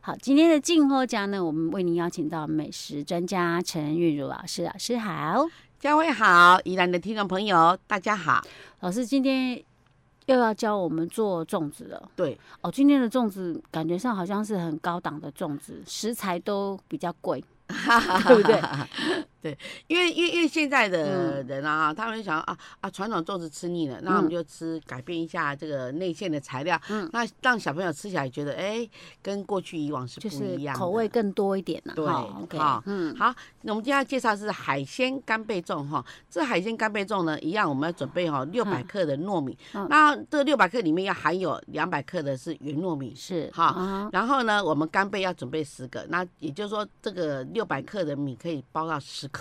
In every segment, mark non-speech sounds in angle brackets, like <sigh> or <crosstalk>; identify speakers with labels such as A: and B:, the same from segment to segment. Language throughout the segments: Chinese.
A: 好，今天的静候家呢，我们为您邀请到美食专家陈韵如老师，老师好，
B: 嘉惠好，宜兰的听众朋友大家好。
A: 老师今天又要教我们做粽子了。
B: <laughs> 对，
A: 哦，今天的粽子感觉上好像是很高档的粽子，食材都比较贵，对不对？
B: <laughs>
A: 嗯
B: 对，因为因为因为现在的人啊，他们就想啊啊，传统粽子吃腻了，那我们就吃改变一下这个内馅的材料，
A: 嗯
B: 那让小朋友吃起来觉得哎、跟过去以往是
A: 就
B: 不
A: 是
B: 一样的，
A: 口味更多一点呢、
B: 对
A: 哈，OK，
B: 好
A: 嗯，
B: 好，那我们今天要介绍是海鲜干贝粽哈。这海鲜干贝粽呢，一样我们要准备哈六百克的糯米，
A: 嗯
B: 那这六百克里面要含有两百克的是圆糯米。
A: 是
B: 好
A: 啊
B: 然后呢，我们干贝要准备十个，那也就是说，这个六百克的米可以包到十颗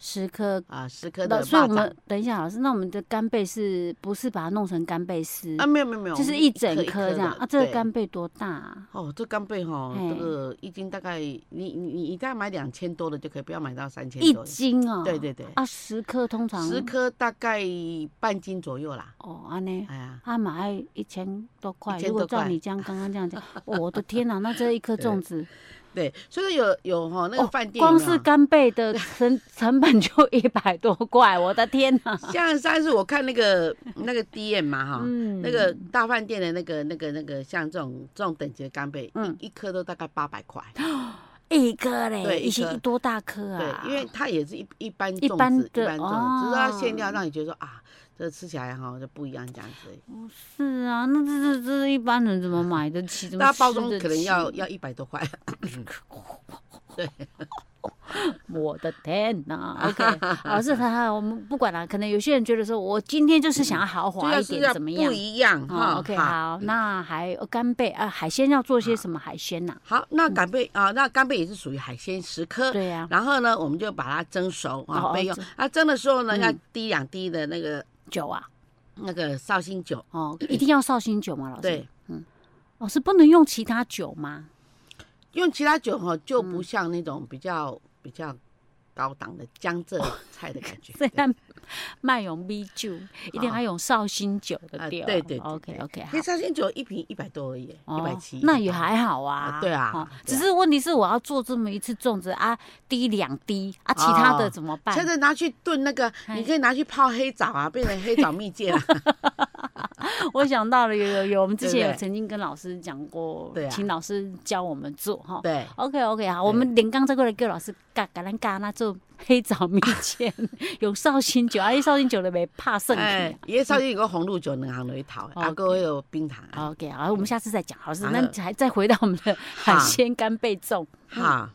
A: 十颗。
B: 啊，十颗
A: 那
B: 的
A: 所以
B: 蚂
A: 我
B: 蚱
A: 们等一下，老师，那我们的干贝是不是把它弄成干贝丝？
B: 啊，没有没有没有，
A: 就是
B: 我们
A: 一整
B: 颗
A: 颗
B: 一
A: 这样
B: 的
A: 啊？这个
B: 对
A: 干贝多大、啊？
B: 哦，这干贝哈，
A: 嘿
B: 这个一斤大概你你你你大概买两千多的就可以，不要买到三千
A: 一
B: 多的，
A: 斤哦。
B: 对对对，
A: 啊，十颗通常
B: 十颗大概半斤左右啦，
A: 哦，安尼
B: 哎呀。
A: 啊嘛要一千多块。
B: 1000
A: 如果
B: 多
A: 照
B: 块
A: 你这样刚刚这
B: <laughs>
A: 样讲，哦我的天哪、那这一颗粽子，
B: 对，所以有有哈那个
A: 哦
B: 饭店有
A: 光
B: 没有、
A: 是干贝的
B: <laughs>
A: 成成本就一百多块，我的天哪、
B: 像上次我看那个那个 DM 嘛哈。
A: 嗯
B: 那个大饭店的那个、那个、那个，像这种这种等级的干贝，
A: 嗯
B: 一一颗都大概八百块。
A: 一颗嘞，
B: 对
A: 一
B: 一
A: 些
B: 颗
A: 多大颗啊？
B: 对，因为它也是一一般粽子，
A: 一
B: 一
A: 般
B: 般
A: 的
B: 粽子，只是它馅料
A: 哦
B: 让你觉得说啊，这个吃起来哈就不一样这样子而已。
A: 不是啊，那这这这一般人怎么买得起？怎么
B: 那包
A: 吃
B: 装
A: 得
B: 可能
A: 起
B: 要要一百多块。
A: 我的天
B: <laughs>
A: 呐！OK，老师，他他我们不管了、可能有些人觉得说，我今天就是想要豪
B: <laughs> 就
A: 华
B: 要
A: 一
B: 是
A: 点，
B: 要
A: 怎
B: 不
A: 么样？
B: 一样
A: 哦
B: 哈。嗯
A: ，OK，好，那还有干贝啊，海鲜要做些什么海鲜呐、
B: 好，那干贝啊，那干贝也是属于海鲜十颗。
A: 对啊呀、
B: 然后呢，我们就把它蒸熟
A: 哦
B: 啊，备用
A: 蒸。
B: 啊，蒸的时候呢，
A: 嗯
B: 要滴两滴的那个
A: 酒啊，
B: 那个绍兴酒。
A: 哦，一定要绍兴酒吗？老师，
B: 对，，
A: 老师不能用其他酒吗？
B: 用其他酒哈，就
A: 嗯
B: 不像那种比较比较高档的江浙菜
A: <laughs>
B: 的感觉。
A: 虽然卖用米酒，一定
B: 好
A: 要用绍兴酒的
B: 哦啊
A: 调、
B: 对对对
A: ，OK
B: 对
A: OK，好
B: 其实。绍兴酒一瓶一百多而已，一百七。
A: 哦那也
B: 180
A: 还好啊。
B: 啊对啊
A: 哦
B: 对啊
A: 只是问题是我要做这么一次粽子啊，滴两滴啊，其他的
B: 哦
A: 怎么办？
B: 现在拿去炖那个，
A: 哎
B: 你可以拿去泡黑
A: <laughs>
B: 枣啊，变成黑枣蜜饯啊。
A: 我想到了有有有，我们之
B: 对
A: 前
B: 不
A: 有
B: 对
A: 曾经跟老师讲过，
B: 对啊
A: 请老师教我们做哈。
B: 对，
A: OK OK 好，我们连刚再过来叫老师嘎嘎咱嘎那做黑枣蜜
B: <laughs>
A: 饯，有绍兴酒，啊，且绍兴酒的没怕剩
B: 哎
A: 体。，
B: 也绍兴有个红露酒，两行落头，
A: 哦
B: 啊，个还有冰糖啊。
A: OK，好，我们下次再讲。老师，
B: 好
A: 那还再回到我们的海
B: 好
A: 鲜干贝粽，
B: 好，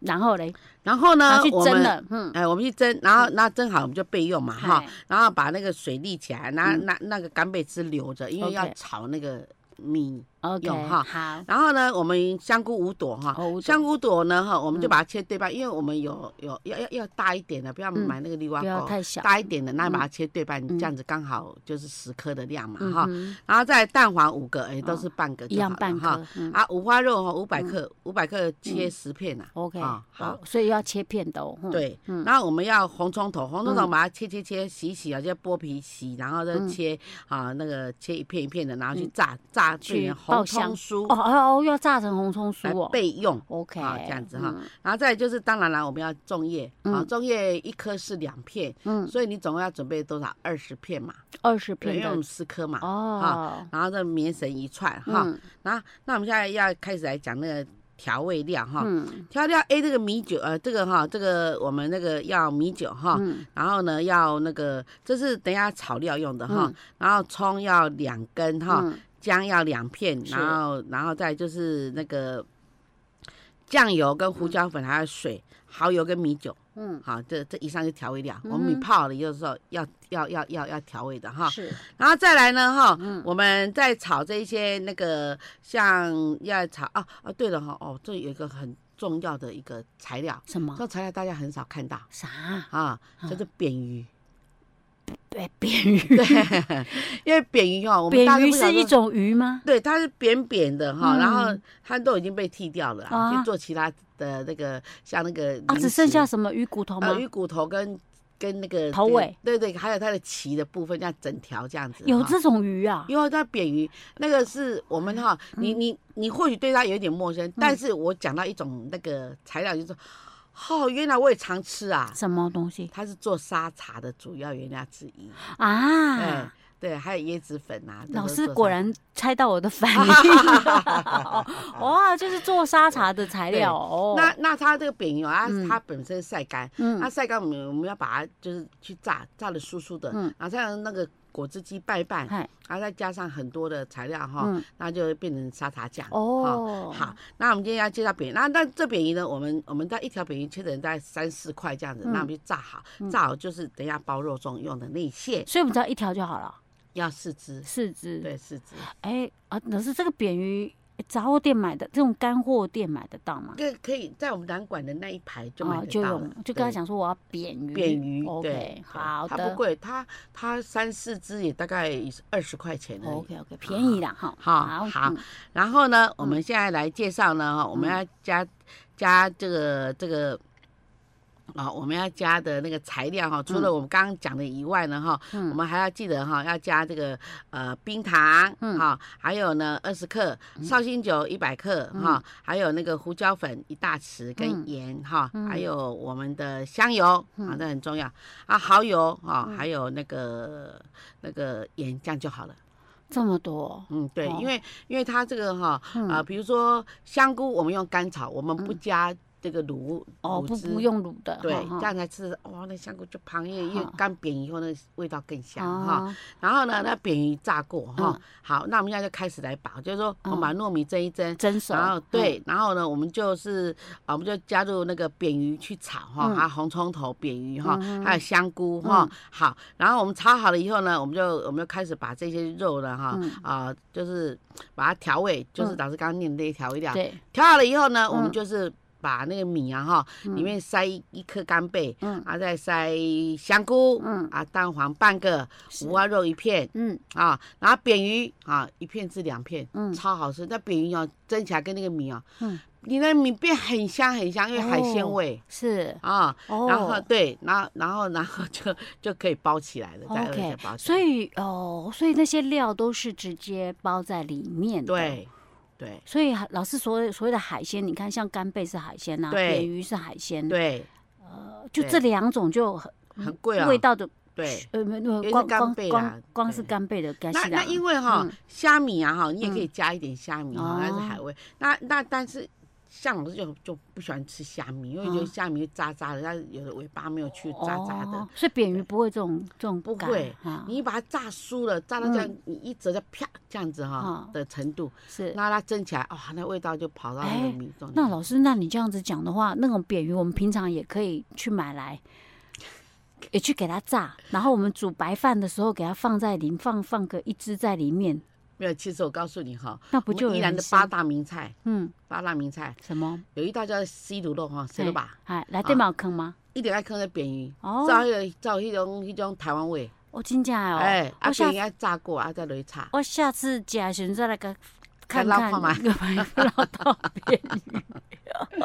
A: 然后嘞，
B: 然后
A: 拿
B: 呢
A: 去，
B: 啊我
A: 蒸
B: 们
A: 了，嗯，
B: 哎，我们去蒸，然后那蒸好我们就备用嘛哈
A: 哎，嗯
B: 然后把那个水沥起来，拿拿那个干贝汁留着，因为
A: OK
B: 要炒那个米。
A: ，OK，
B: 用
A: 好
B: 哈，然后呢，我们香菇五朵哈，
A: 哦五朵嗯
B: 香菇朵呢哈，我们就把它切对半，因为我们有有要要要大一点的，不要
A: 嗯
B: 买那个绿蛙
A: 不要
B: 膏，
A: 太小
B: 啊大一点的，那把它切对半，
A: 嗯
B: 这样子刚好就是十颗的量嘛
A: 嗯
B: 哈。
A: 哼，哦
B: 然后再蛋黄五个，哎，都是半个
A: 一
B: 就好
A: 样
B: 了
A: 半
B: 哈。
A: 颗，嗯
B: 啊，五花肉哈，五百克，五百克切十片呐。
A: ，OK，
B: 啊
A: 好
B: 好，
A: 所以要切片的哦，嗯，
B: 对
A: 嗯，
B: 然后我们要红葱头，红葱头
A: 嗯
B: 把它切切切，洗一洗啊，就剥皮洗，然后再
A: 嗯
B: 切啊那个切一片一片的，然后去炸炸
A: 去
B: 变成
A: 爆
B: 红
A: 香
B: 葱酥
A: 哦哦，哦要炸成红葱酥
B: 来
A: 哦
B: 备用。
A: ，OK，
B: 哎好这样子哈
A: 嗯
B: 然后再来就是，当然啦，我们要粽叶啊
A: 嗯，
B: 粽叶一颗是两片，
A: 嗯，
B: 所以你总共要准备多少？二十片嘛，
A: 二十
B: 对，
A: 片
B: 因为我
A: 的
B: 们十颗嘛。
A: 哦，
B: 然后再棉绳一串哈。
A: 嗯
B: 那那我们现在要开始来讲那个调味料哈。
A: 嗯
B: 调料 A 这个米酒呃，这个哈，这个我们那个要米酒哈，
A: 嗯
B: 然后呢要那个这是等一下炒料用的哈
A: 嗯，
B: 然后葱要两根哈，
A: 嗯
B: 姜要两片，
A: 是
B: 然后然后再就是那个酱油跟胡椒粉，还有水、蚝油跟米酒。
A: 嗯，
B: 好，这这以上是调味料。
A: 嗯哼
B: 我们米泡了，有时候要要要要要调味的哈。
A: 是嗯
B: 然后再来呢哈，我们再炒这一些那个像要炒啊啊，对了哈哦，这有一个很重要的一个材料，
A: 什么
B: 这材料大家很少看到
A: 啥？
B: 啊，
A: 嗯
B: 叫做扁鱼。
A: 对，扁鱼，
B: 对，因为扁鱼哈，我们大
A: 扁鱼
B: 家都不晓
A: 是一
B: 得
A: 种鱼吗？
B: 对，它是扁扁的哈，
A: 嗯
B: 然后它都已经被剃掉了啊，
A: 啊
B: 去做其他的那个像那个
A: 啊，
B: 零
A: 只剩
B: 食
A: 下什么鱼骨头吗
B: 呃？鱼骨头跟跟那个
A: 头尾，
B: 对对，还有它的鳍的部分，这样整条这样子。
A: 有
B: 哈
A: 这种鱼啊？
B: 因为它扁鱼那个是我们哈，你
A: 嗯
B: 你你或许对它有一点陌生，但是我讲到一种那个材料，就是说，哦，原来我也常吃啊，
A: 什么东西
B: 它是做沙茶的主要原料之一，哎
A: 啊？，
B: 对，还有椰子粉啊。这
A: 老
B: 都是
A: 师
B: 做
A: 果
B: 沙
A: 然猜到我的
B: <laughs>
A: 反应，哇，就是做沙茶的材料哦。
B: 那啊那它这个扁鱼啊，
A: 嗯
B: 它本身晒干，那
A: 嗯
B: 晒干我们我们要把它就是去炸，炸的酥酥的，
A: 嗯
B: 然后再用那个果汁机拌一拌，
A: 嗨
B: 然后再加上很多的材料哈，
A: 嗯
B: 那就会变成沙茶酱。
A: 哦，
B: 好，那我们今天要介绍扁鱼，那那这扁鱼呢，我们我们在一条扁鱼切成大概三四块这样子，
A: 嗯
B: 那我们就炸好，炸好就是等一下包肉粽用的内馅，
A: 所以我们只要一条就好了，
B: 要四只，
A: 四只。
B: 对，四只。
A: 哎啊，老师，这个扁鱼诶杂货店买的，这种干货店买得到吗？
B: 这可以在我们南馆的那一排就买
A: 哦
B: 得
A: 就
B: 到
A: 有
B: 了，
A: 就跟他
B: 对
A: 讲说我要扁鱼，
B: 扁鱼，
A: OK，
B: 对，
A: 好
B: 它不
A: 的
B: 贵，它它三四只也大概二十块钱而已。
A: ，OK OK，便宜啦哈，
B: 哎好好
A: 嗯
B: 然后呢，我们现在来介绍呢，我们要加加这个这个。啊，我们要加的那个材料哈，除了我们刚刚讲的以外呢哈，
A: 嗯
B: 我们还要记得哈，要加这个呃冰糖，
A: 嗯
B: 哈，还有呢二十克绍兴酒一百克哈，还有那个胡椒粉一大匙
A: 嗯
B: 跟盐哈，
A: 嗯
B: 还有我们的香油啊
A: 嗯，
B: 那很重要啊，蚝油啊
A: 嗯，
B: 还有那个那个盐，这样就好了。
A: 这么多，
B: 嗯，对，
A: 哦
B: 因为因为它这个哈
A: 嗯
B: 啊，比如说香菇，我们用干炒，我们不加这个卤
A: 哦，
B: 卤
A: 不
B: 汁
A: 不用卤的，
B: 对，
A: 哈
B: 这样才吃哇，那香菇就螃蟹，因
A: 哈
B: 为
A: 哦
B: 干扁以后那个味道更香哈。
A: 哈，
B: 然后呢，那扁鱼炸过哈
A: 嗯，
B: 好，那我们现在就开始来煲，就是说我
A: 嗯
B: 们把糯米蒸一蒸。
A: 蒸熟，
B: 然后
A: 嗯，
B: 对，然后呢，我们就是啊，我们就加入那个扁鱼去炒哈，
A: 嗯
B: 还有红葱头、扁鱼哈，
A: 嗯
B: 还有香菇哈
A: 嗯。
B: 好，然后我们炒好了以后呢，我们就我们就开始把这些肉呢哈
A: 嗯
B: 啊，就是把它调味，就是
A: 嗯
B: 老师刚刚念的那一调味料。
A: 对，
B: 调好了以后呢，我们
A: 嗯
B: 就是把那个米啊哈，
A: 嗯
B: 里面塞一一颗干贝，
A: 嗯
B: 啊，再塞香菇，
A: 嗯
B: 啊，蛋黄半个，
A: 是
B: 五花肉一片
A: 嗯
B: 啊，然后扁鱼啊，一片至两片。
A: 嗯，
B: 超好吃。那扁鱼哦，蒸起来跟那个米哦，
A: 嗯
B: 你那米变很香很香，因为海鲜
A: 哦
B: 味
A: 是
B: 啊。
A: 哦，
B: 然后对，然后然后然后就就可以包起来了，再二
A: OK，
B: 再包起
A: 所
B: 来。
A: 以哦，所以那些料都是直接包在里面的，。
B: 对对
A: 所以老师所谓所谓的海鲜，你看像干贝是海鲜呐、
B: 对
A: 扁鱼是海鲜，
B: 对，
A: 呃，就
B: 对
A: 这两种就很
B: 很贵哦。
A: 味道的，
B: 对。
A: 呃，没没有
B: 为是
A: 光
B: 干
A: 光
B: 贝啦
A: 光光
B: 对
A: 是干贝的干
B: 那
A: 西
B: 那
A: 啦，
B: 因为哈
A: 嗯
B: 虾米啊哈，你也可以加一点虾米哈，
A: 哦
B: 那是海味。那那但是像老师就就不喜欢吃虾米，因为觉得
A: 嗯
B: 虾米渣渣的，它有的尾巴没有去渣渣的
A: 哦。，所以扁鱼不会这种这种
B: 不
A: 感
B: 会
A: 啊，
B: 你把它炸酥了，炸到这
A: 嗯
B: 样，你一折就啪这样子哈
A: 啊
B: 的程度，
A: 是。
B: 那它蒸起来，哇，那味道就跑到那个
A: 哎
B: 米中里
A: 那
B: 面
A: 老师，那你这样子讲的话，那种扁鱼我们平常也可以去买来，也去给它炸，然后我们煮白饭的时候给它放在里放放个一只在里面，
B: 没有。其实我告诉你哈，
A: 那不
B: 我们
A: 就
B: 宜
A: 有
B: 兰
A: 很
B: 的
A: 香
B: 八大名菜，
A: 嗯
B: 八大名菜
A: 什么
B: 有一道叫西卤肉哈，西
A: 哎
B: 卤吧，
A: 哎来
B: 啊
A: 对毛坑吗？
B: 一点爱坑的扁鱼，
A: 哦
B: 照迄个照迄种迄种台湾味，
A: 哦，真正的哦，
B: 哎，啊
A: 我下
B: 扁鱼爱炸过啊，再落去炒。
A: 我下次吃的时候再来个看
B: 捞
A: 看
B: 看嘛
A: 有没有捞到扁
B: <laughs>
A: 鱼。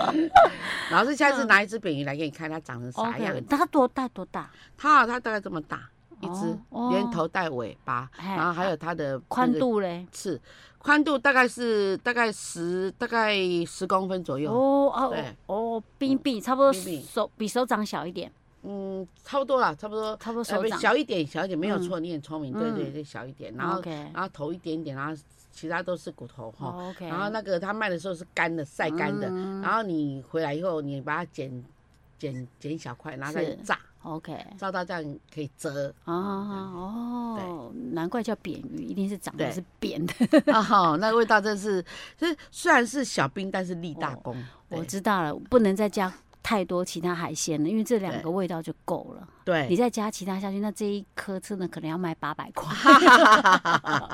B: 老师下
A: 嗯
B: 次拿一只扁鱼来给你看，它长成啥
A: OK，
B: 样。
A: 它多大多大？
B: 它啊它大概这么大一只
A: 哦，
B: 连头带尾巴，
A: 哎
B: 然后还有它的
A: 宽
B: 那个
A: 度嘞？
B: 是宽度大概是大概十大概十公分左右，
A: 哦哦
B: 对嗯
A: 哦，比比差不多
B: 比比
A: 手比手掌小一点，
B: 嗯，差不多啦，差不多，
A: 差不多
B: 呃
A: 手
B: 不
A: 掌。
B: 小一点，小一点没有错，你很聪明，对对
A: 嗯
B: 对，小一点，然后
A: OK 哦
B: 然后头一点点，然后其他都是骨头哈，
A: OK，
B: 然后那个他卖的时候是干的，晒干的，
A: 嗯
B: 然后你回来以后你把它剪剪剪小块，然后再
A: 是
B: 炸，
A: OK
B: 炸到这样可以折
A: 啊哦，难怪叫扁鱼，一定是长得
B: 对
A: 是扁的。 <laughs>
B: 哦，那味道真是，就是虽然是小冰，但是立大功，
A: 我
B: 对
A: 知道了，不能再加太多其他海鲜了，因为这两
B: 对
A: 个味道就够了。
B: 对
A: 你再加其他下去，那这一颗真的可能要卖八百
B: <laughs>
A: 块，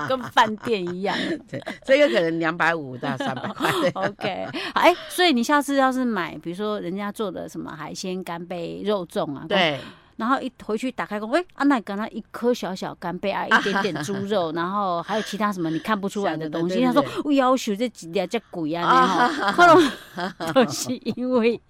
A: 跟饭店一样。
B: 对，所以有可能两百五到三百块。对
A: OK，好哎、所以你下次要是买，比如说人家做的什么海鲜干贝肉粽啊，，
B: 对
A: 然后一回去打开讲，哎、啊那刚刚一颗小小干贝啊，一点点猪肉，然后还有其他什么你看不出来的东西，
B: 想
A: 他
B: 得到
A: 说
B: 对对
A: 我要求这几条这鬼啊，然后可能都是因为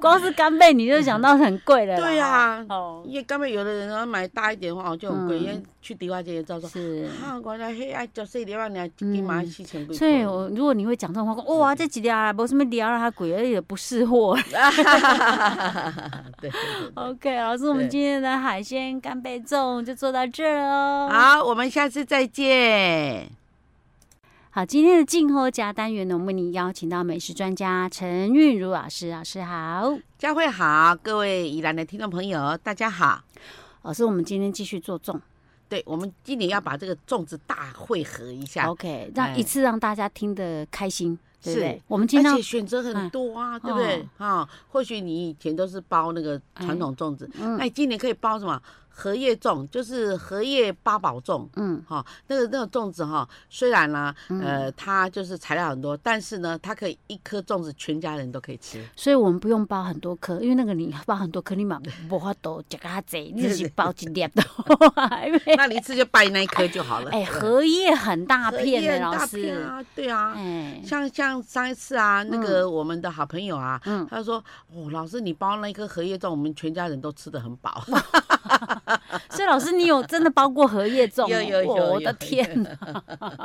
A: 光是干贝你就想到很贵了啦。
B: 对啊呀
A: 哦，
B: 因为干贝有的人然后买大一点的话哦就很贵，
A: 嗯
B: 因为去迪化街也知道说，
A: 是。
B: 啊，原来迄爱十四粒啊，尔一斤嘛四千几块。
A: 所以
B: <laughs>
A: 我，如果你会讲这种话，说哇，这几条啊，没什么料啊，它贵，而且不是货。
B: 对对对对
A: OK，老师，我们今天的海鲜干贝粽就做到这儿哦。
B: 好，我们下次再见。
A: 好，今天的静候家单元呢，我们为您邀请到美食专家陈韵如老师，老师好。
B: 佳慧好，各位宜兰的听众朋友，大家好。
A: 老师，我们今天继续做粽
B: 对，我们今年要把这个粽子大汇合一下，
A: ，OK，让
B: 哎
A: 一次让大家听得开心，对不
B: 是
A: 对？我们今
B: 而
A: 天嗯哦
B: 且选择很多啊，对不对？啊、或许你以前都是包那个传统粽子，
A: 嗯
B: 那你今年可以包什么荷叶粽，就是荷叶八宝粽。
A: 嗯
B: 哈、那个那个粽子哈、虽然呢、
A: 嗯
B: 呃，它就是材料很多，但是呢，它可以一颗粽子全家人都可以
A: <laughs>
B: 吃。
A: 所以我们不用包很多颗，因为那个你包很多颗，你嘛无法度食个济，你只是包一粒 <laughs> 的话，因为
B: 那你一次就掰那一颗就好了。
A: <laughs> 哎，
B: 对
A: 荷叶很大
B: 荷
A: 片
B: 叶
A: 的，老
B: 很呃大
A: 师
B: 片，啊，对啊。
A: 哎，
B: 像像上一次啊，那个我们的好朋友啊，
A: 嗯
B: 他说哦，老师你包那一颗荷叶粽，我们全家人都吃得很饱。 <laughs>
A: 所以老师你有真的包过荷叶粽
B: 有
A: 哦？
B: 有有
A: 我
B: 有
A: 的天
B: <laughs>
A: 哪，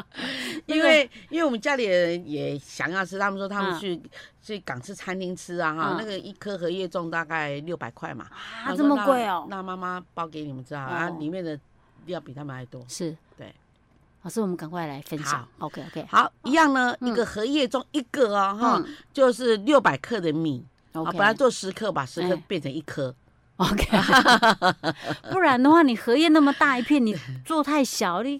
B: 因为因为我们家里人也想要吃，他们说他
A: 嗯
B: 们去、去港式餐厅吃啊哈，
A: 嗯
B: 那个一颗荷叶粽大概六百块嘛，
A: 啊，
B: 我
A: 这
B: 说
A: 么
B: 那
A: 贵哦！
B: 那妈妈包给你们吃啊，啊
A: 哦
B: 里面的料比他们还多。
A: 是，
B: 对，
A: 老师，我们赶快来分享。OK OK
B: 好，一样呢，
A: 嗯
B: 一个荷叶粽一个哦哈，
A: 嗯
B: 就是六百克的米。啊，
A: OK，
B: 本来做十克，把十克
A: 哎
B: 变成一颗，
A: <laughs>
B: <laughs>
A: OK，不然的话，你荷叶那么大一片，你做太小，你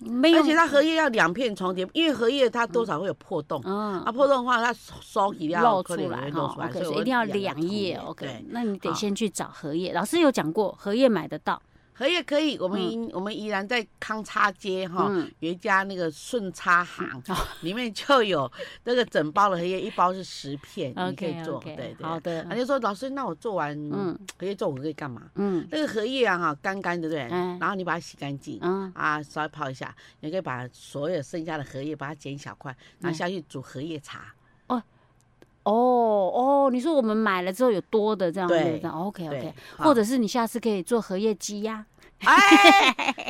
A: 没有。
B: 嗯而且它荷叶要两片重叠，因为荷叶它多少会有破洞，
A: 嗯
B: 啊，破洞的话它收起来
A: 露
B: 可
A: 出
B: 能
A: 来
B: 会
A: 哈
B: 露出来，
A: ，OK，所
B: 所以
A: 以
B: 我
A: 一定要
B: 两个
A: 两
B: 重
A: 叶
B: 叠对
A: ，OK。那你得
B: 好
A: 先去找荷叶，老师有讲过，荷叶买得到，
B: 荷叶可以，我们依我们依然在康叉街哈，
A: 嗯哦
B: 有一家那个顺差行，里面就有那个整包的荷叶，一包是十片，你可以
A: OK
B: 做，
A: OK，
B: 对嗯对。
A: 好
B: 他
A: 的，
B: 就说老师，那我做完
A: 嗯
B: 荷叶做我可以干嘛？
A: 嗯
B: 那个荷叶啊哈，干干的对不对
A: 哎？
B: 然后你把它洗干净。
A: 嗯，
B: 啊，稍微泡一下，你可以把所有剩下的荷叶把它剪小块，拿
A: 嗯
B: 下去煮荷叶茶。
A: 哦哦，你说我们买了之后有多的这样子
B: 对
A: ，OK
B: 对
A: OK，，
B: 好
A: 或者是你下次可以做荷叶鸡呀，
B: 哎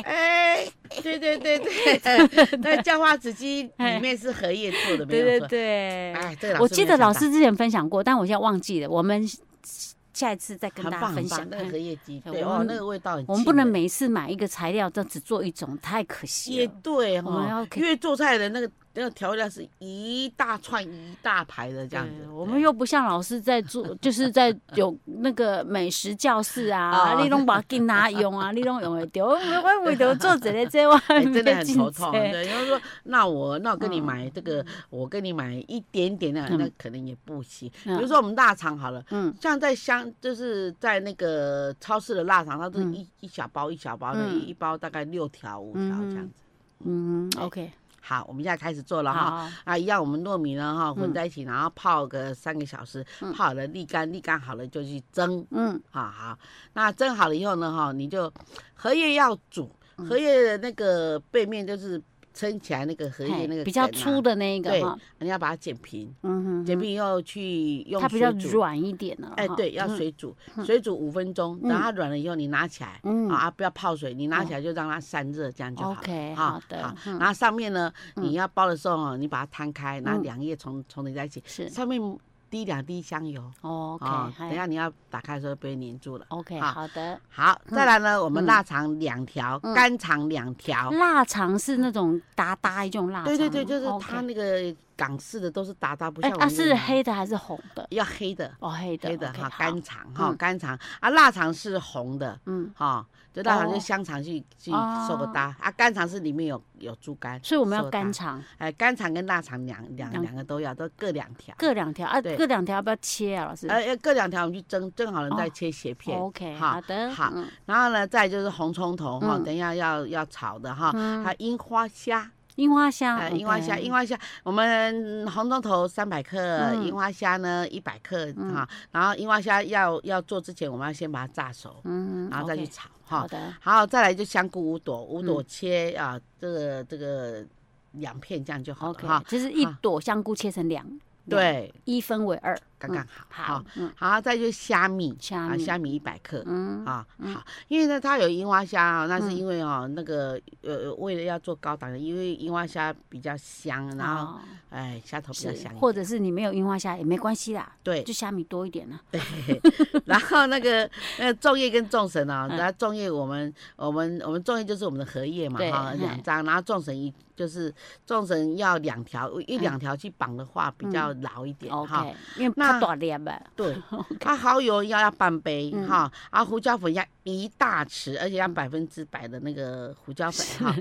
B: 哎，对对对对，那叫花子鸡
A: <laughs>
B: 里面是荷叶做的，没有错。
A: 哎对
B: 哎，这个老师
A: 我记
B: 没有
A: 得老
B: 想到
A: 师之前分享过，但我现在忘记了。我们下一次再跟
B: 很
A: 大家
B: 棒
A: 分
B: 很
A: 享
B: 棒，。那个荷叶鸡，
A: 哎
B: 对
A: 我
B: 哦，
A: 们
B: 那个味道很。
A: 我们不能。每一次买一个材料都只做一种，太可惜
B: 也
A: 了。
B: 对
A: 我们要
B: 哈，
A: 可以
B: 因为做菜的那个那个调料是一大串一大排的这样子
A: 对，我们又不像老师在做，就是在有那个美食教室啊，
B: 哦
A: 你拢把囡仔用啊，你拢用得到。我我为着做这个这我
B: 对
A: 还 <laughs>
B: 哎
A: 没
B: 真的很
A: 进
B: 头痛。
A: 阶
B: 对，就是说，那我那我跟你买这个，我跟你买一点点的，
A: 嗯
B: 那可能也不行。比
A: 嗯
B: 如说我们腊肠好了，
A: 嗯
B: 像在香，就是在那个超市的腊肠，它都是一、一小包一小包的，
A: 嗯
B: 一一包大概六条五条这样子。
A: 嗯，OK，
B: 好，我们现在开始做了哈。
A: 好，
B: 啊，一样，我们糯米呢哈混
A: 嗯
B: 在一起，然后泡个三个小时，泡好了沥干，沥干好了就去蒸。
A: 嗯
B: 啊好，那蒸好了以后呢哈，你就荷叶要煮，
A: 嗯
B: 荷叶的那个背面就是撑起来那个荷叶
A: 嘿
B: 那个、
A: 比较粗
B: 的，
A: 的那一个
B: 对
A: 哈，，
B: 你要把它剪平，
A: 嗯
B: 剪
A: 哼，
B: 平以后去用
A: 它比较
B: 水煮
A: 软啊嗯一点呢。
B: 哎，
A: 哈
B: 对，要水煮，水煮五分钟，等它软了以后你拿起来，
A: 嗯哦
B: 啊，不要泡水，你拿起来就让它散热，这样就好了。
A: OK，嗯
B: 啊
A: 好的
B: 好
A: 嗯
B: 然后上面呢，你要包的时候哦，你把它摊开，拿两叶重重叠在一起，
A: 是
B: 上面滴两滴香油。
A: ，OK，
B: 啊
A: 嗨
B: 等一下你要打开的时候被粘住了。
A: OK，
B: 啊
A: 好的。
B: 好，再来呢，我们腊肠两条，
A: 嗯
B: 干肠两条。
A: 腊肠是那种达达一种腊肠
B: 对
A: 吗，
B: 对对，就是它
A: OK。
B: 那个港式的都是达达，不
A: 哎
B: 像我
A: 啊，
B: 们这
A: 是
B: 种
A: 黑的还是红的？
B: 要黑的，
A: 哦，黑的，
B: 黑的
A: OK，
B: 哈，
A: 好
B: 干肠哈，
A: 嗯
B: 干肠啊，腊肠是红的，
A: 嗯，
B: 哈、就大肠
A: 哦
B: 就香肠去、去
A: 哦
B: 收个搭啊，干肠是里面有有猪肝，
A: 所以我们要
B: 瘦的大
A: 干肠，
B: 哎，干肠跟腊肠两两
A: 两
B: 两个都要，都各两条，
A: 各两条啊，
B: 对
A: 各两条要不要切啊，老师
B: 呃，要各两条我们去蒸，蒸好了
A: 哦
B: 再切斜片。
A: ？OK，
B: 哈
A: 好的，
B: 好
A: 嗯
B: 然后呢，再就是红葱头哈，
A: 嗯
B: 等一下要要炒的哈，
A: 嗯
B: 还有樱花虾，
A: 樱花虾
B: 哎，，樱花虾，樱
A: 花，
B: 花虾，我们红葱头三百克，
A: 嗯
B: 樱花虾呢一百克哈，然后樱花虾要要做之前，我们要先把它炸熟，
A: 嗯，
B: 然后再去
A: OK，
B: 炒哈
A: 好。的，嗯
B: 好，再来就香菇五朵，五朵切、啊，这个这个两片这样就好了
A: OK，
B: 哈。
A: 就是一
B: 好
A: 朵香菇切成两
B: 对，
A: 一分为二，
B: 刚刚
A: 嗯
B: 好
A: 好
B: 好，
A: 嗯
B: 好，再就是虾米，
A: 虾
B: 啊，
A: 米
B: 虾米一百克，
A: 嗯，
B: 啊，好，因为呢，它有樱花虾啊，那是因为哦，那个呃，为了要做高档的，因为樱花虾比较香，然后
A: 哦
B: 哎，虾头比较
A: 是
B: 香一点，
A: 或者是你没有樱花虾也没关系啦，
B: 对
A: <laughs> 就，虾米多一点啦。
B: 然后那个那个粽叶跟粽神啊，
A: 嗯
B: 然后粽叶我们我们我们粽叶就是我们的荷叶嘛
A: 对
B: 哈，
A: 嗯
B: 两张，然后粽神一就是粽神要两条，一
A: 嗯
B: 两条去绑的话比较牢一点哈。
A: 哦 OK，因为
B: 那
A: 它大粒吧， <laughs>
B: 对，啊，蚝油要要半杯
A: 嗯
B: 哈，啊，胡椒粉要一大匙，而且要百分之百的那个胡椒粉哈，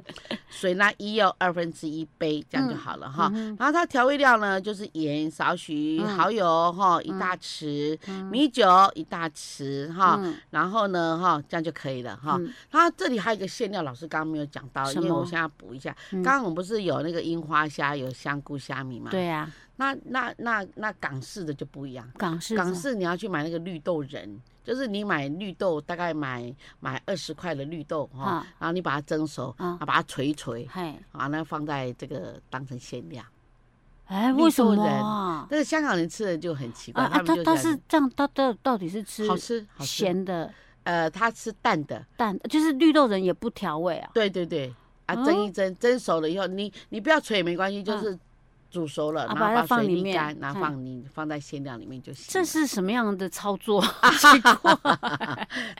B: 水呢一又二分之一杯，这样就好了哈。
A: 嗯哼
B: 然后它调味料呢，就是盐少许，
A: 嗯
B: 蚝油哈一大匙，米酒一大匙哈，
A: 嗯
B: 然后呢哈这样就可以了哈。
A: 嗯
B: 它这里还有一个馅料，老师刚刚没有讲到，
A: 什
B: 因
A: 么
B: 为我现在要补一下。
A: 嗯
B: 刚刚我们不是有那个樱花虾，有香菇虾米嘛？。
A: 对啊，
B: 那那那那港式的就不一样，
A: 港式
B: 港
A: 是
B: 式你要去买那个绿豆仁，就是你买绿豆，大概买买二十块的绿豆哈，
A: 啊
B: 然后你把它蒸熟，
A: 啊
B: 啊，把它捶一捶，
A: 嘿，
B: 啊，那放在这个当成馅料。
A: 哎，
B: 绿
A: 为什
B: 豆
A: 么
B: 仁
A: 啊？
B: 但是香港人吃的就很奇
A: 啊
B: 怪，
A: 啊，
B: 他们
A: 它
B: 就
A: 它
B: 喜欢
A: 是这样，它到到底是吃
B: 好吃好吃，
A: 咸的
B: 呃，他吃淡的，
A: 蛋，就是绿豆仁也不调味啊？
B: 对对对，啊，
A: 哦嗯
B: 蒸一蒸，蒸熟了以后，你你不要吹也没关系，就是煮熟了，
A: 啊
B: 然
A: 把它
B: 后把
A: 放
B: 水
A: 里
B: 沥
A: 面
B: 干，然
A: 嗯
B: 后放你放在馅料里面就行。
A: 这是 <laughs> 什么样的操
B: <laughs>
A: 作？
B: 哎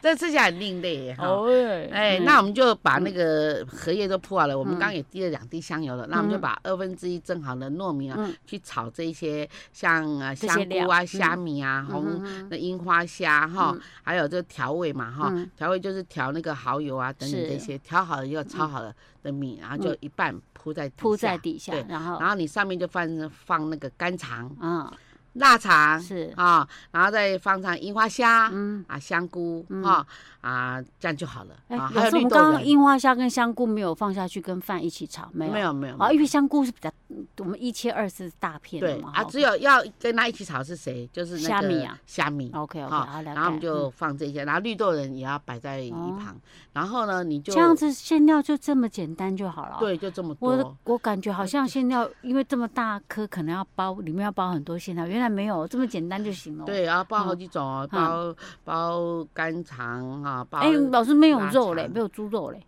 B: 这吃起来很另类耶哈。
A: 哎
B: 哎，
A: 嗯
B: 那我们就把那个荷叶都铺好了，我们
A: 嗯
B: 刚刚也滴了两滴香油了，那我们就
A: 嗯
B: 把二分之一蒸好的糯米啊
A: 嗯，
B: 去炒这些像啊
A: 这些
B: 香菇啊、
A: 料
B: 虾米啊、红
A: 嗯
B: 那樱花虾哈，还有这个调味嘛哈
A: 嗯，
B: 调味就是调那个蚝油啊等等
A: 是嗯
B: 这些，调好了以后焯好了的米，啊然后就一半铺在底
A: 铺
B: 下
A: 在，嗯底下
B: 对，
A: 然后
B: 然后你上面就放放那个干肠、
A: 嗯
B: 腊肠
A: 是
B: 啊，然后再放上樱花虾
A: 嗯，
B: 啊、香菇
A: 嗯
B: 哈啊，这样就好了
A: 哎
B: 啊。，还
A: 老师，
B: 有
A: 我
B: 绿
A: 们
B: 豆
A: 刚刚
B: 仁，
A: 樱花虾跟香菇没有放下去跟饭一起炒，没有
B: 没有没有
A: 啊，
B: 没
A: 因
B: 有
A: 为香菇是比较，嗯我们一切二是大片的
B: 对
A: 嘛，
B: 啊，只有要跟他一起炒是谁？就是那
A: 虾
B: 个
A: 米啊
B: 虾米
A: OK OK，
B: 哈
A: 好，了解嗯
B: 然后我们就放这些，然后绿豆仁也要摆在一
A: 哦
B: 旁，然后呢你就
A: 这样子馅料就这么简单就好了。，
B: 对，就这么
A: 我的
B: 多。
A: 我感觉好像馅料，因为这么大颗，可能要包里面要包很多馅料，原来没有这么简单就行了。，
B: 对，然后包好
A: 嗯
B: 几种哦，包
A: 嗯
B: 包干肠啊，包
A: 哎，老师没有
B: 腊
A: 肉嘞，
B: 肠
A: 没有猪肉嘞，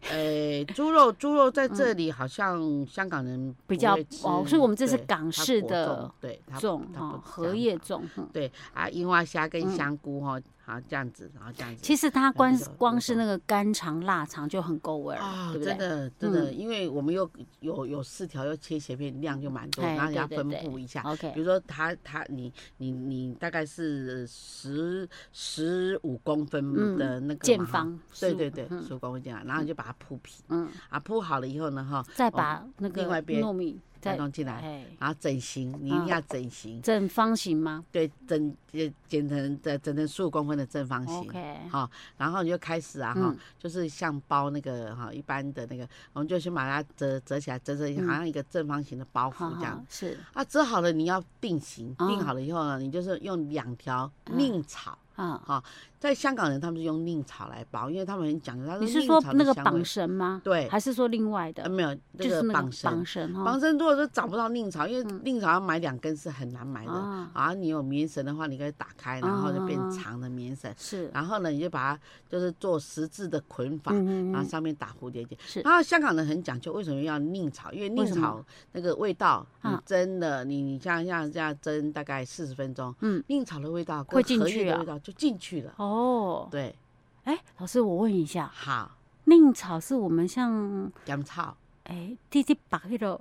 B: 呃猪肉，猪肉在这里好像香港人
A: 嗯比
B: 不
A: 较
B: 会吃
A: 哦，所以我们这是
B: 对
A: 港
B: 它
A: 式
B: 果
A: 的
B: 粽对它
A: 粽
B: 它不
A: 哈，
B: 这
A: 荷
B: 样
A: 叶
B: 嘛
A: 粽。嗯
B: 对啊，樱花虾跟
A: 嗯
B: 香菇哈，好这样子，然后这样子。
A: 其实它
B: 比
A: 光
B: 较
A: 光
B: 有
A: 是
B: 种
A: 那个干肠、腊肠就很够味
B: 啊
A: 了，，对不
B: 真
A: 对？嗯
B: 的真的，因为我们又有有四条，又切斜片，量就蛮多，
A: 哎
B: 然后你要
A: 对
B: 分
A: 对哦对
B: 布一下。比
A: OK，
B: 如说它它你你你大概是十十五公分
A: 嗯
B: 的那个嘛
A: 见
B: 哈，
A: 方
B: 对
A: 15
B: 对对，
A: 嗯
B: 十五公分这样，然后你就把它铺平
A: 嗯，
B: 啊，铺好了以后呢哈，
A: 再
B: 哦
A: 把那
B: 另外
A: 个
B: 一边
A: 糯米
B: 再
A: 再
B: 弄进来，
A: 哎
B: 然后整形，你一定
A: 嗯
B: 要整形，
A: 正方形吗
B: 对，整剪剪成整整成十五公分的正方形。
A: ？OK，
B: 好，然后你就开始啊哈，
A: 哎嗯
B: 就是像包那个哈一般的那个，我们就先把它折折起来，折成好像一个正方形的包
A: 好
B: 袱这
A: 嗯
B: 样。
A: 好是
B: 啊，折好了你要定型，
A: 哦
B: 定好了以后呢，你就是用两条
A: 嗯
B: 宁草，
A: 啊。
B: 在香港人他们是用宁草来包，因为他们很讲究。他说
A: 你是
B: 宁
A: 说
B: 草呃的
A: 那个
B: 香
A: 绑
B: 味
A: 绳吗？
B: 对
A: 还是说另外
B: 呃
A: 的？
B: 没有那
A: 就是
B: 个
A: 那
B: 绑
A: 个
B: 绳
A: 绑，绳嗯
B: 绑
A: 哈。
B: 绳如果说找不到宁草，因为宁草要买两根是很难买的
A: 啊
B: 啊。你有棉绳的话，你可以打开，然后就变
A: 嗯嗯嗯
B: 长的棉绳，
A: 是，
B: 然后呢你就把它就是做十字的捆法，
A: 嗯
B: 然
A: 嗯
B: 后上面打蝴蝶结。
A: 是
B: 然后香港人很讲究，为什么要宁炒？因为宁
A: 为什
B: 炒
A: 么
B: 那个味道，你
A: 啊
B: 蒸了，你你像像这样蒸大概四十分钟，
A: 嗯，
B: 宁炒的味道跟
A: 会进
B: 荷叶
A: 去
B: 的
A: 啊
B: 味道就进去了。
A: 哦，
B: 对，
A: 哎，老师，我问一下，
B: 好，
A: 宁草是我们像
B: 姜炒
A: 哎，滴滴把那个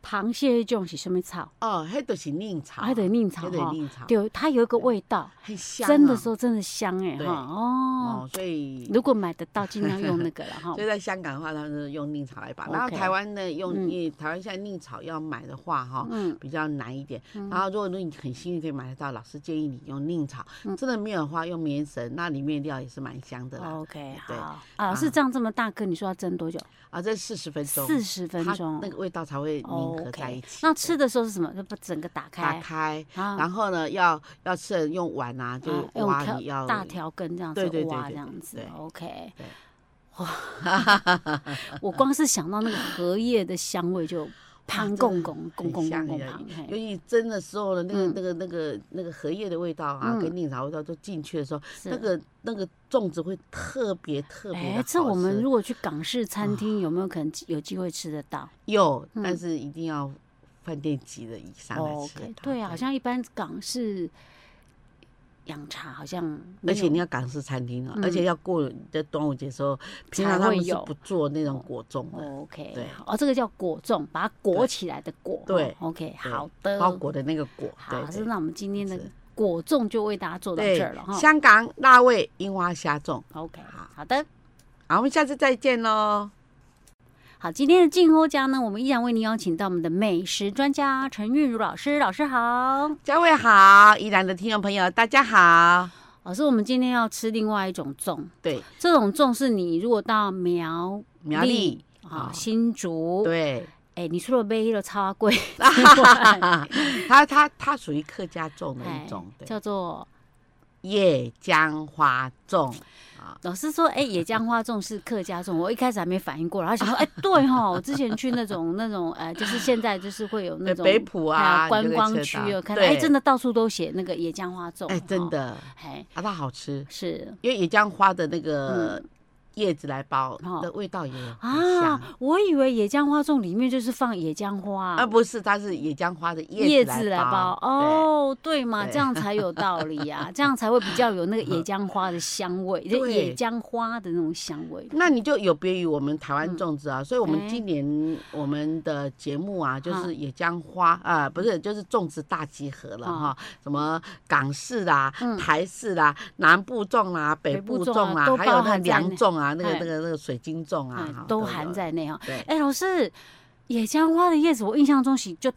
A: 螃蟹这种是什么草？啊
B: 哦，黑都是宁炒，
A: 还得宁草
B: 黑的
A: 哈，
B: 宁炒，
A: 对，它有一个味道，
B: 很香啊，
A: 蒸的时候真的香哎
B: 对
A: 哈。哦，
B: 哦，所以。
A: 如果买得到，尽量用那个了
B: <laughs>
A: 哈
B: 所。以在香港的话，他们是用宁炒来把，然
A: 哦
B: 后
A: OK
B: 台湾呢，用
A: 嗯
B: 因为台湾现在宁炒要买的话，哈，
A: 嗯，
B: 比较难一点。然后如果你很幸运可以买得到，老师建议你用宁草，
A: 嗯
B: 真的没有的话用棉绳，那里面料也是蛮香的啦。
A: 哦 OK，
B: 对
A: 好啊，是这样这么大颗，你说要蒸多久？
B: 啊，这四十分钟，
A: 四十分
B: 它
A: 钟哦
B: 那。个味道才会凝合在一
A: OK，
B: 起。
A: 那吃的时候是什么？就把整个打
B: 打
A: 开，
B: 开，
A: 啊，
B: 然后呢，要要吃的人用碗啊，就
A: 啊用
B: 挖
A: 条
B: 你要
A: 大条根这样
B: 对对
A: 子
B: 对
A: 挖这
B: 对对
A: 样子
B: 对
A: ，OK
B: 对。 <laughs>
A: 哇，我光是想到那个荷叶的香味就潘公公公公公
B: 香
A: 公
B: 香
A: 旁，
B: 尤
A: 嘿
B: 其蒸的时候呢，那个、
A: 嗯
B: 那个、那个、那个荷叶的味道啊，
A: 嗯
B: 跟宁草味道都进去的时候，
A: 是
B: 那个那个粽子会特别特别的好
A: 哎，
B: 吃。
A: 这
B: 啊
A: 我们如果去港式餐厅，有没有可能有机会吃得到？
B: 有，
A: 嗯
B: 但是一定要饭店级的以上来吃
A: 哦 OK，
B: 它。
A: 对啊，好像一般港式养茶好像没
B: 而且
A: 有
B: 你要港式餐厅啊，
A: 嗯
B: 而且要过在端午节的时候，平常
A: 才
B: 他
A: 会
B: 们是
A: 有
B: 不做那种果粽的，对
A: OK，好哦，这个叫果粽，把它裹起来的果。
B: 对
A: 哦，OK，好的，
B: 包裹的那个果。对
A: 好，是
B: 对
A: 那我们今天的
B: 是
A: 果粽就为大家做到这儿了
B: 对，
A: 哈。
B: 香港辣味樱花虾粽。
A: OK，
B: 好
A: 好的，
B: 好，我们下次再见喽。
A: 好，今天的静候家呢，我们依然为您邀请到我们的美食专家陈韵如老师，老师好。
B: 嘉惠好，宜兰的听众朋友大家好。
A: 老师，我们今天要吃另外一种粽，
B: 对，
A: 这种粽是你如果到苗
B: 苗栗
A: 啊、
B: 哦
A: 新竹，，
B: 对，
A: 哎、你除了背那个超贵之
B: <laughs>
A: 外，
B: 它它它属于客家粽的
A: 哎
B: 一种，对，
A: 叫做
B: 夜江花粽。
A: 老师说，哎、野姜花粽是客家粽，我一开始还没反应过来，然后
B: <laughs>
A: 想说，哎、对哈，我之前去那种那种，呃，就是现在就是会有那
B: 对
A: 种
B: 北埔
A: 还
B: 啊，
A: 有观
B: 你就可以
A: 光
B: 吃
A: 区
B: 到
A: 有看到，
B: 对
A: 哎、真的到处都写那个野姜花粽，
B: 哎，真
A: 哦，
B: 的
A: 哎、
B: 啊，它好吃，
A: 是
B: 因为野姜花的那个叶子来包
A: 嗯哦，
B: 那味道也很香。
A: 啊，我以为野姜花粽里面就是放野姜花，
B: 啊，不是，它是野姜花的
A: 叶
B: 叶
A: 子
B: 子
A: 来
B: 来包
A: 包。哦，对嘛，
B: 对
A: 这样才有道理
B: <laughs>
A: 呀、这样才会比较有那个野姜花的香味，就
B: 对
A: 野姜花的那种香味。
B: 那你就有别于我们台湾粽子啊，所以我
A: 哎
B: 们今年我们的节目啊，就是野姜花啊、不是就是粽子大集合了哈、什么港式啦、
A: 啊嗯
B: 台式啦、南部粽啦、北部
A: 北部粽
B: 粽
A: 啊
B: 啦，
A: 都
B: 还有
A: 包
B: 那个
A: 含在
B: 凉
A: 内
B: 粽啊，那个
A: 哎
B: 那个那个水晶粽啊
A: 哎，
B: 哈
A: 都含。在内哈。
B: 有对，
A: 哎、老师，野姜花的叶子，我印象中是就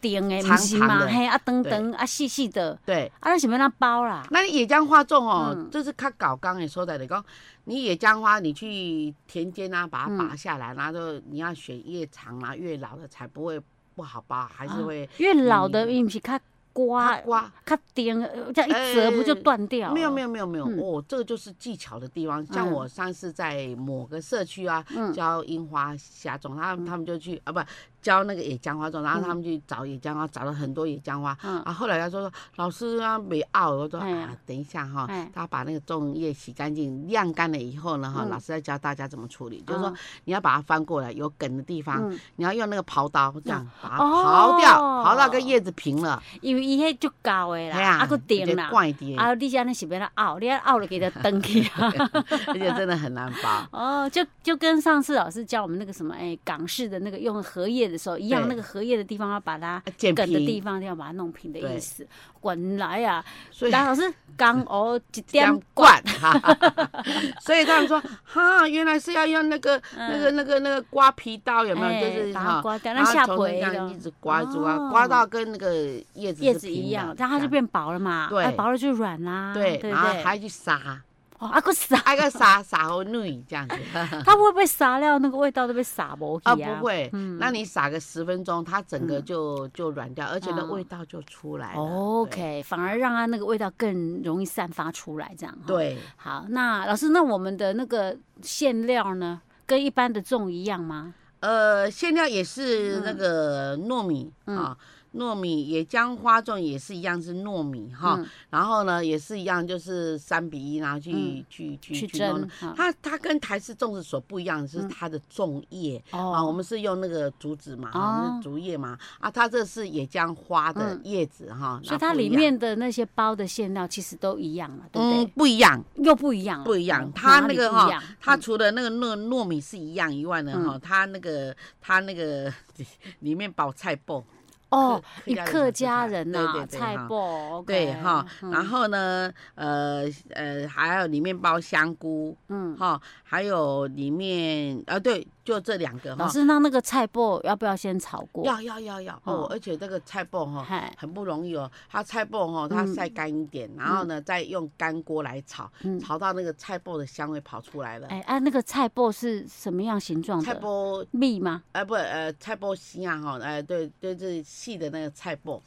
A: 丁哎，不是
B: 长长
A: 吗？
B: 的
A: 嘿啊，长长啊，细细的，
B: 对，
A: 啊，那什么那包啦？
B: 那你野姜花粽哦，
A: 嗯
B: 就是他搞刚也说的，你讲你野姜花，你去田间啊，把它
A: 嗯
B: 拔下来，然后就你要选越长啊越老的才不会不好包，还是
A: 啊
B: 会
A: 越老的
B: 嗯
A: 伊不是较刮
B: 它刮。
A: 较丁，呃这样一折不就断掉、
B: 哎没有没
A: 有，
B: 有没有没有，
A: 嗯
B: 哦，这个就是技巧的地方。
A: 嗯
B: 像我上次在某个社区啊，
A: 嗯
B: 教樱花虾种，他们他们就去啊，不教那个野姜花种，然后他们去找野姜花，找了很多野姜花。
A: 嗯，
B: 啊，后来他说老师啊没熬，我说
A: 哎呀
B: 啊，等一下哈
A: 哎，
B: 他把那个粽叶洗干净晾干了以后呢哈，
A: 嗯
B: 老师再教大家怎么处理，就是说
A: 嗯
B: 你要把它翻过来，有梗的地方
A: 嗯，
B: 你要用那个刨刀这样把它
A: 哦
B: 刨掉，刨到跟叶子平了，
A: 因为伊迄足高的
B: 哎
A: 哦啦，
B: 呀，
A: 啊，佫丁啦。
B: 怪点。
A: 啊，你安尼是要那拗，你拗了给它登去啊！
B: <laughs>
A: <laughs>
B: 而且真的很难包。
A: 哦，就就跟上次老师教我们那个什么，哎，港式的那个用荷叶的时候一样，
B: 对
A: 那个荷叶的地方要把它
B: 捡
A: 梗的
B: 皮
A: 地方要把它弄平的意
B: 对
A: 思。原来啊，
B: 所以 <laughs>
A: 当老师刚哦一点
B: 点
A: 管，
B: 罐，哈哈哈 <laughs> 所以他们说，哈，原来是要用那个、那个、那个、那个刮皮刀，有没有？
A: 嗯哎
B: 就是
A: 把它
B: 哈，
A: 刮掉，
B: 然
A: 让
B: 后
A: 下
B: 从
A: 垂
B: 这样
A: 的
B: 一直刮，一直刮，
A: 哦
B: 刮到跟那个叶子
A: 叶
B: 是
A: 子
B: 平
A: 一
B: 的
A: 样，然后它就
B: 这样
A: 变薄了嘛，
B: 对
A: 啊薄了就软啦，
B: 对，
A: 对不
B: 然后
A: 对？
B: 还去杀，
A: 哦，啊，个撒，
B: 还个杀杀和绿这样
A: <laughs>
B: 子。 <laughs>
A: 它会不会撒料那个味道都被撒没去
B: 啊，不会，
A: 嗯
B: 那你撒个十分钟，它整个
A: 嗯
B: 就就软掉，而且那
A: 嗯哦
B: 味道就出来了。对
A: ，OK，反而让它那个味道更容易散发出来，这样哈。
B: 对，
A: 好，那老师，那我们的那个馅料呢，跟一般的粽一样吗？
B: 呃，馅料也是那
A: 嗯
B: 个糯米、
A: 嗯
B: 啊，糯米野姜花粽也是一样是糯米哈，
A: 嗯
B: 然后呢也是一样就是三比一，然后去、
A: 嗯
B: 去去
A: 去
B: 弄
A: 蒸
B: 的。
A: 啊
B: 它它跟台式粽子所不一样的是
A: 嗯
B: 它的粽叶、啊，我
A: 哦，
B: 们是用那个竹子嘛，哈、我
A: 哦
B: 们是竹叶嘛，啊，它这是野姜花的
A: 嗯
B: 叶子哈，
A: 所以
B: 那
A: 它
B: 啊不
A: 里
B: 一样
A: 面的那些包的馅料其实都一样啊了，对不
B: 嗯
A: 对？
B: 不一样，
A: 又不一样了，
B: 不一样
A: 哦
B: 它
A: 哪里
B: 那个
A: 不一
B: 哈
A: 样
B: 它
A: 嗯
B: 除了那个糯糯米是一样以外呢，哈、它那个它那个 <laughs> 里面包菜包。
A: 哦，
B: 客
A: 你
B: 家人
A: 客
B: 的
A: 家人呐
B: 对对，对
A: 菜
B: 哈
A: 脯，
B: 对
A: OK，
B: 哈，
A: 嗯
B: 然后呢，呃呃，还有里面包香菇
A: 嗯，
B: 哈，还有里面啊，对，就这两个
A: 老
B: 哈。
A: 师，那那个菜脯要不要先炒过？
B: 要要要要哦
A: 哦，
B: 而且这个菜脯哈
A: 嗨，
B: 很不容易哦，它菜脯哈，它晒干一点，然后呢再用干锅来炒，
A: 嗯，
B: 炒到那个菜脯的香味跑出来了。
A: 哎，啊，那个菜脯是什么样形状
B: 菜
A: 的？
B: 脯
A: 蜜吗？
B: 呃不呃菜脯丝啊哈，呃对对，就是细的那个菜脯，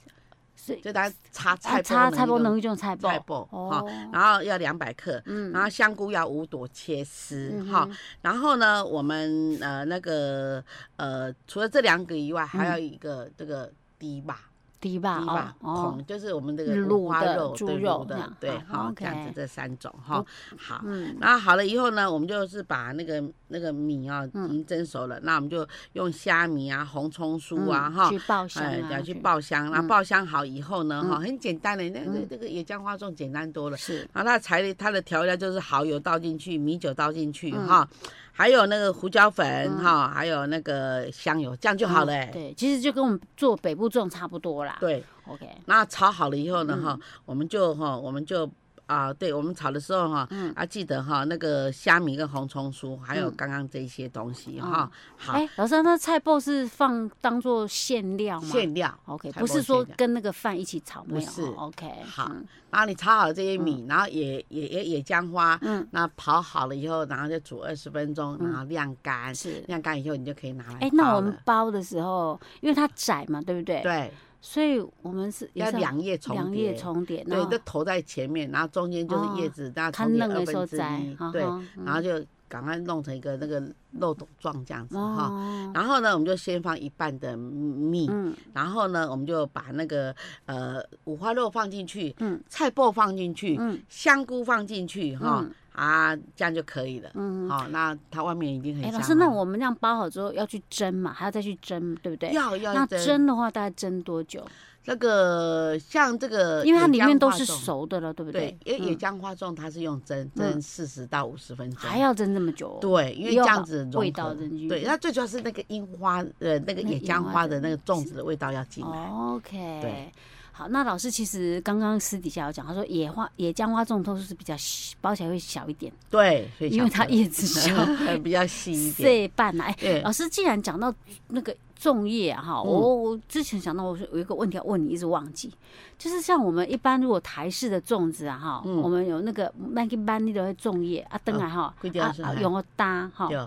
A: 是
B: 就它插菜
A: 啊，
B: 包
A: 差差不多能用菜包，
B: 菜包哈
A: 哦，，
B: 然后要两百克，
A: 嗯
B: 然后香菇要五朵切丝
A: 嗯
B: 哈
A: 哼，
B: 然后呢，我们呃那个呃，除了这两个以外，还有一个这个低吧，
A: 低吧，
B: 低吧，
A: 哦
B: 孔，就是我们这个
A: 卤
B: 五花
A: 的
B: 肉、
A: 猪
B: 对
A: 肉
B: 卤
A: 这
B: 的
A: 样，
B: 对，
A: 好
B: 好，这样子
A: ，OK
B: 这三种哈，好
A: 哦，。嗯，
B: 那好了以后呢，我们就是把那个那个米啊、
A: 嗯
B: 已经蒸熟了，那我们就用虾米啊、红葱
A: 嗯
B: 酥啊哈，
A: 去爆香
B: 哎，
A: 啊，
B: 要去爆香，然后
A: 嗯
B: 爆香好以后呢，哈，
A: 嗯
B: 很简单的，那个
A: 嗯
B: 那个野姜花粽简单多了。
A: 是，
B: 然后它的材料，它的调料就是蚝油倒进去，米酒倒进去
A: 嗯
B: 哈，还有那个胡椒粉
A: 嗯
B: 哈，还有那个香油，这样就好了
A: 嗯
B: 欸。
A: 对，其实就跟我们做北部粽差不多啦。
B: 对，
A: ，OK，
B: 那炒好了以后呢，
A: 嗯
B: 哈，我们就哈，我们就啊，对我们炒的时候哈
A: 嗯，
B: 啊，记得哈，那个虾米跟红葱酥，还有
A: 嗯
B: 刚刚这些东西哈，好，
A: 哎，老师，那菜包是放当做馅料吗？
B: 馅料。
A: OK，
B: 菜
A: 不
B: 包
A: 是说
B: 馅料
A: 跟那个饭一起炒，没有
B: 不是
A: 哦，OK，
B: 好
A: 嗯
B: 然后你炒好这些米，然后也也也也姜花，
A: 嗯，
B: 那刨好了以后，然后就煮二十分钟，
A: 嗯
B: 然后晾干，
A: 是。
B: 晾干以后你就可以拿来
A: 哎，
B: 包
A: 那我们
B: 了
A: 包的时候，因为它窄嘛，对不对？，
B: 对
A: 所以我们是也
B: 要
A: 是
B: 两叶重叠，
A: 两叶重叠，然
B: 对，
A: 后
B: 就头在前面，然后中间就是叶子，然后
A: 它
B: 重叠
A: 嫩
B: 二
A: 的时候
B: 分之
A: 摘
B: 一，，
A: 哈嗯
B: 对，
A: 哈
B: 然后就赶快弄成一个那个漏斗状这样子
A: 嗯
B: 哈。
A: 哦，
B: 然后呢，我们就先放一半的蜜，
A: 嗯
B: 然后呢，我们就把那个呃五花肉放进去，
A: 嗯
B: 菜脯放进去，
A: 嗯
B: 香菇放进去哈
A: 嗯，
B: 啊，这样就可以了。
A: 嗯。
B: 好、那它外面已经很
A: 哎，
B: 香了。啊
A: 老师，那我们这样包好之后要去蒸嘛，还要再去蒸，对不对？
B: 要要
A: 那
B: 蒸
A: 蒸的话大概蒸多久？
B: 那个像这个，
A: 因为它里面都是，熟的了，对不
B: 对
A: 对？，
B: 因为野
A: 嗯
B: 姜花粽它是用蒸
A: 嗯
B: 蒸四十到五十分钟，
A: 还要蒸这么久哦？
B: 对，因为
A: 也要
B: 这
A: 把
B: 样子融合
A: 味道扔进去
B: 对，那最主要是那个樱花呃那个
A: 那
B: 野
A: 樱
B: 姜
A: 花
B: 花
A: 的
B: 的那
A: 那
B: 个
A: 个哦
B: 粽
A: 是
B: 子的味道要进来。啊对
A: OK，好，那老师其实刚刚私底下有讲，他说野花野姜花粽都是比较细，包起来会小一点，
B: 对，所以
A: 因
B: 小
A: 为它
B: 颗
A: 叶子小，
B: <laughs> 比较细一点。
A: 碎瓣啊。哎、
B: 对
A: 老师既然讲到那个粽叶啊哈，
B: 嗯
A: 我我之前想到我说有一个问题要问你，一直忘记，就是像我们一般如果台式的粽子啊哈，
B: 嗯哦
A: 我们有那个那个班里头的粽叶啊，等来哈
B: 规，定
A: 啊
B: 是
A: 啊
B: 哪
A: 用个搭哈，
B: 对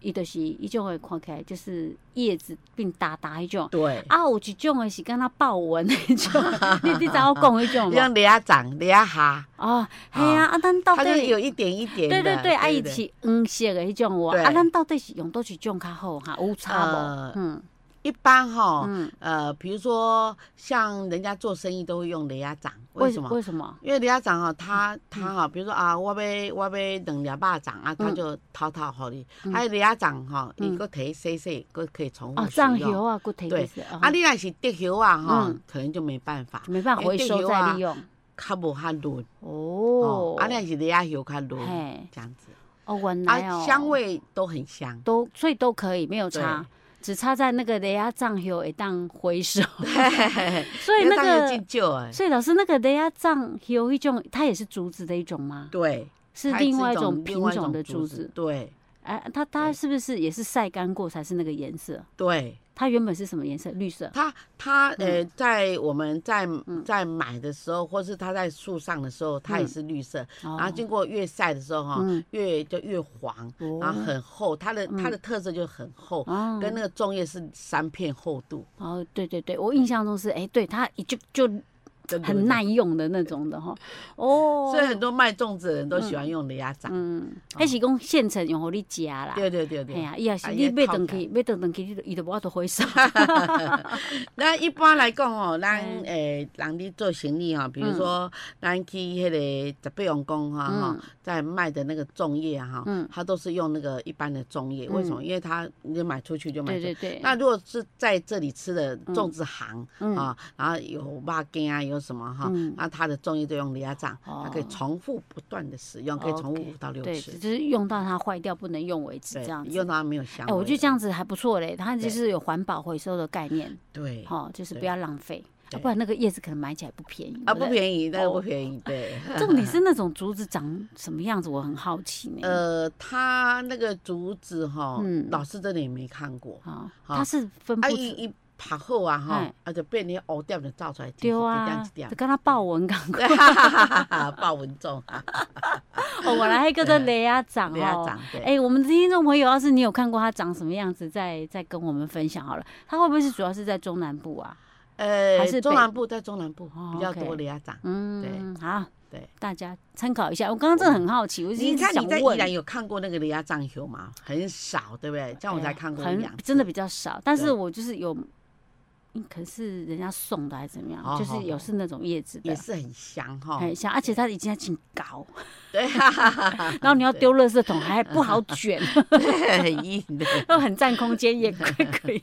A: 伊就是伊种会看起来就是叶子并搭搭迄种。
B: 对，
A: 啊，有一种的是敢若豹纹迄种， <laughs> 你你知道我讲迄种吗？
B: 像俩掌俩哈，
A: 哦，系啊，啊，咱哦到
B: 它就
A: 底
B: 有一点一点
A: 对
B: 的。
A: 对对，啊，伊
B: 不
A: 是黄色的迄种无，
B: 对
A: 啊，咱到底是用倒一种较好哈？有差无？
B: 呃
A: 嗯
B: 一般哈，
A: 嗯，
B: 呃，比如说像人家做生意都会用雷压掌，为什么？
A: 为什么？
B: 因为雷压掌哈，它它哈，比如说啊，我要我要两粒巴掌啊，
A: 嗯
B: 它
A: 嗯
B: 就淘淘好你。啊
A: 嗯
B: 还有雷压掌哈，
A: 嗯
B: 你个提洗洗，个可以重
A: 哦
B: 复，使
A: 藏油
B: 用。
A: 啊，骨头
B: 对
A: 就是
B: 啊，你若是竹叶啊哈
A: 嗯，
B: 可能就没办法，
A: 没办法回收再利用
B: 较无较嫩
A: 哦
B: 啊哦。。啊，你若是雷压油较嫩
A: 嘿，
B: 这样子，
A: 哦，原来哦
B: 啊，，香味都很香。
A: 都所以都可以，没有
B: 对
A: 差，只差在那个雷亚藏油会当回收，所以
B: <laughs> 因
A: 那
B: 为当然
A: 个
B: 进旧哎，
A: 所以老师，那个雷亚藏有一种，它也是竹子的一种吗？
B: 对，
A: 是
B: 它
A: 另外一
B: 一
A: 种品
B: 另外一
A: 种
B: 种
A: 的
B: 竹
A: 竹
B: 子
A: 子。，
B: 对
A: 哎，它它
B: 对
A: 是不是也是晒干过才是那个颜色？
B: 对。
A: 它原本是什么颜色？绿色。
B: 它它
A: 嗯
B: 呃，在我们在在买的时候，或是它在树上的时候，它也是绿色，
A: 然
B: 然后经过越晒的时候哈
A: 哦嗯，
B: 越就越黄，然后很厚，它的它的特色就是很厚，
A: 哦
B: 跟那个粽叶是三片厚度，
A: 哦，对对对，我印象中是哎，对，它一就就
B: 真的
A: 很。耐用的那种的哈。哦，
B: 所以很多卖粽子的人都喜欢用雷压掌，
A: 嗯，还是讲现成用互你食啦。
B: 对对对
A: 哎
B: 对。
A: 呀，伊也是
B: 啊
A: 你
B: 它
A: 买
B: 套
A: 回
B: 起来
A: 去，买回去，你就伊就无法度回
B: <laughs>
A: 收。
B: 那一般来讲吼，咱
A: 嗯
B: 诶，人咧做生意吼，哦比如说咱去迄个十八王宫哈哈
A: 嗯，
B: 在卖的那个粽叶啊哈
A: 嗯，
B: 它都是用那个一般的粽叶，为什么？因为它你买出去就买
A: 对
B: 出去
A: 对。对，
B: 那如果是在这里吃的粽子行
A: 嗯
B: 啊，然后有八根啊，有什么哈
A: 嗯，
B: 那它的粽叶就用李亚掌，
A: 哦
B: 它可以重复不断的使用，可以重复
A: OK，
B: 五到六
A: 对，
B: 次，
A: 就是用到它坏掉不能用为止，
B: 对
A: 这样，子
B: 用。到它没有香
A: 哎、
B: 味。
A: 我觉得这，样子还不错嘞，它就
B: 对
A: 是有环保回收的概念，
B: 对，
A: 哈、就是不
B: 对
A: 要浪费，啊
B: 对
A: 不然那个叶子可能买起来不便宜
B: 啊，不
A: 宜。
B: 便宜，那个
A: 哦
B: 不便宜，对。
A: 重点是那种竹子长什么样子，我很好奇呢。
B: 呃，它那个竹子哈
A: 嗯，
B: 老师真的也没看过，
A: 好，
B: 好
A: 它是分
B: 啊，
A: 不出
B: 一一爬后啊哈
A: 哎，
B: 啊就变成黑点就照出来，
A: 丢
B: 一
A: 啊
B: 点一，点
A: 就，跟它豹纹港
B: 哈哈哈哈哈，豹纹粽，
A: 哦，我来还叫做雷亚长
B: 不要
A: 哦。
B: 啊长啊对。
A: 哎、我们的听众朋友，要是你有看过它长什么样子，再再跟我们分享好了。它会不会是主要是在中南部啊？
B: 呃
A: 还是，
B: 中
A: 北
B: 南部在中南部
A: 哦
B: 比较
A: OK
B: 多的鸭掌。
A: 嗯，好，
B: 对，
A: 大家参考一下。我刚刚真的很好奇，我
B: 你
A: 一直
B: 看
A: 想
B: 你在宜
A: 问
B: 兰，有看过那个鸭藏熊吗？很少，对不对？这样我才看过
A: 哎很
B: 两次，
A: 啊真的比较少，但是
B: 对
A: 我就是有，嗯可能是人家送的还是怎么样，
B: 哦
A: 就
B: 好
A: 是有
B: 好
A: 是那种叶子
B: 也
A: 的，
B: 是很香哈。
A: 很像，而且它已经在进搞，
B: 对啊，
A: 然后你要丢垃圾桶还不
B: <laughs>
A: 好卷，
B: 对 <laughs> 很硬的。
A: 又很占空间，也可可以。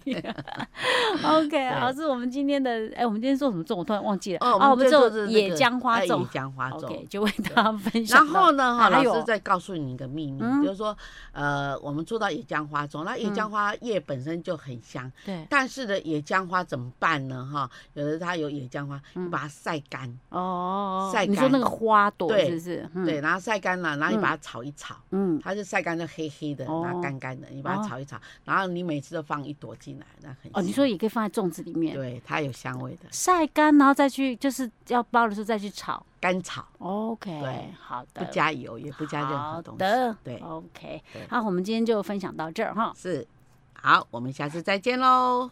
A: OK，啊
B: <laughs> 对哦
A: 好，是我们今天的，哎、我们今天做什么粽？我突然忘记了。
B: 们
A: 啊我们
B: 就
A: 做
B: 是那
A: 野
B: 个
A: 姜花
B: 哎
A: 粽
B: 野。姜花粽
A: OK，。就为大家分享
B: 然
A: 到。
B: 后呢，哈，
A: 还
B: 老
A: 有
B: 师再告诉你一个秘密，
A: 嗯
B: 就是说，呃，我们做到野姜花粽，那野姜花叶本身就很香，
A: 对，
B: 但是呢，野姜花怎么办呢？哈，有的它有野姜花，
A: 嗯
B: 你把它晒干，
A: 哦，
B: 晒
A: 你说
B: 干
A: 那个花朵
B: 对
A: 是不是？嗯
B: 对，，然后晒干了，然后你
A: 嗯
B: 把它炒一炒，
A: 嗯，
B: 它就晒干就黑黑的，
A: 哦
B: 然后干干的，你把它
A: 哦
B: 炒一炒，然后你每次都放一朵进来，那很
A: 哦，你
B: 香
A: 说也可以放在粽子里面，
B: 对，它有香味的，
A: 晒干，然后再去就是要包的时候再去炒。
B: 干炒
A: OK，
B: 对，
A: 好
B: 不
A: 的，
B: 加油，也不加任何
A: 好
B: 东西，
A: 的，
B: 对
A: ，OK，
B: 对
A: 好，我们今天就分享到这儿哈。
B: 是，好，我们下次再见喽。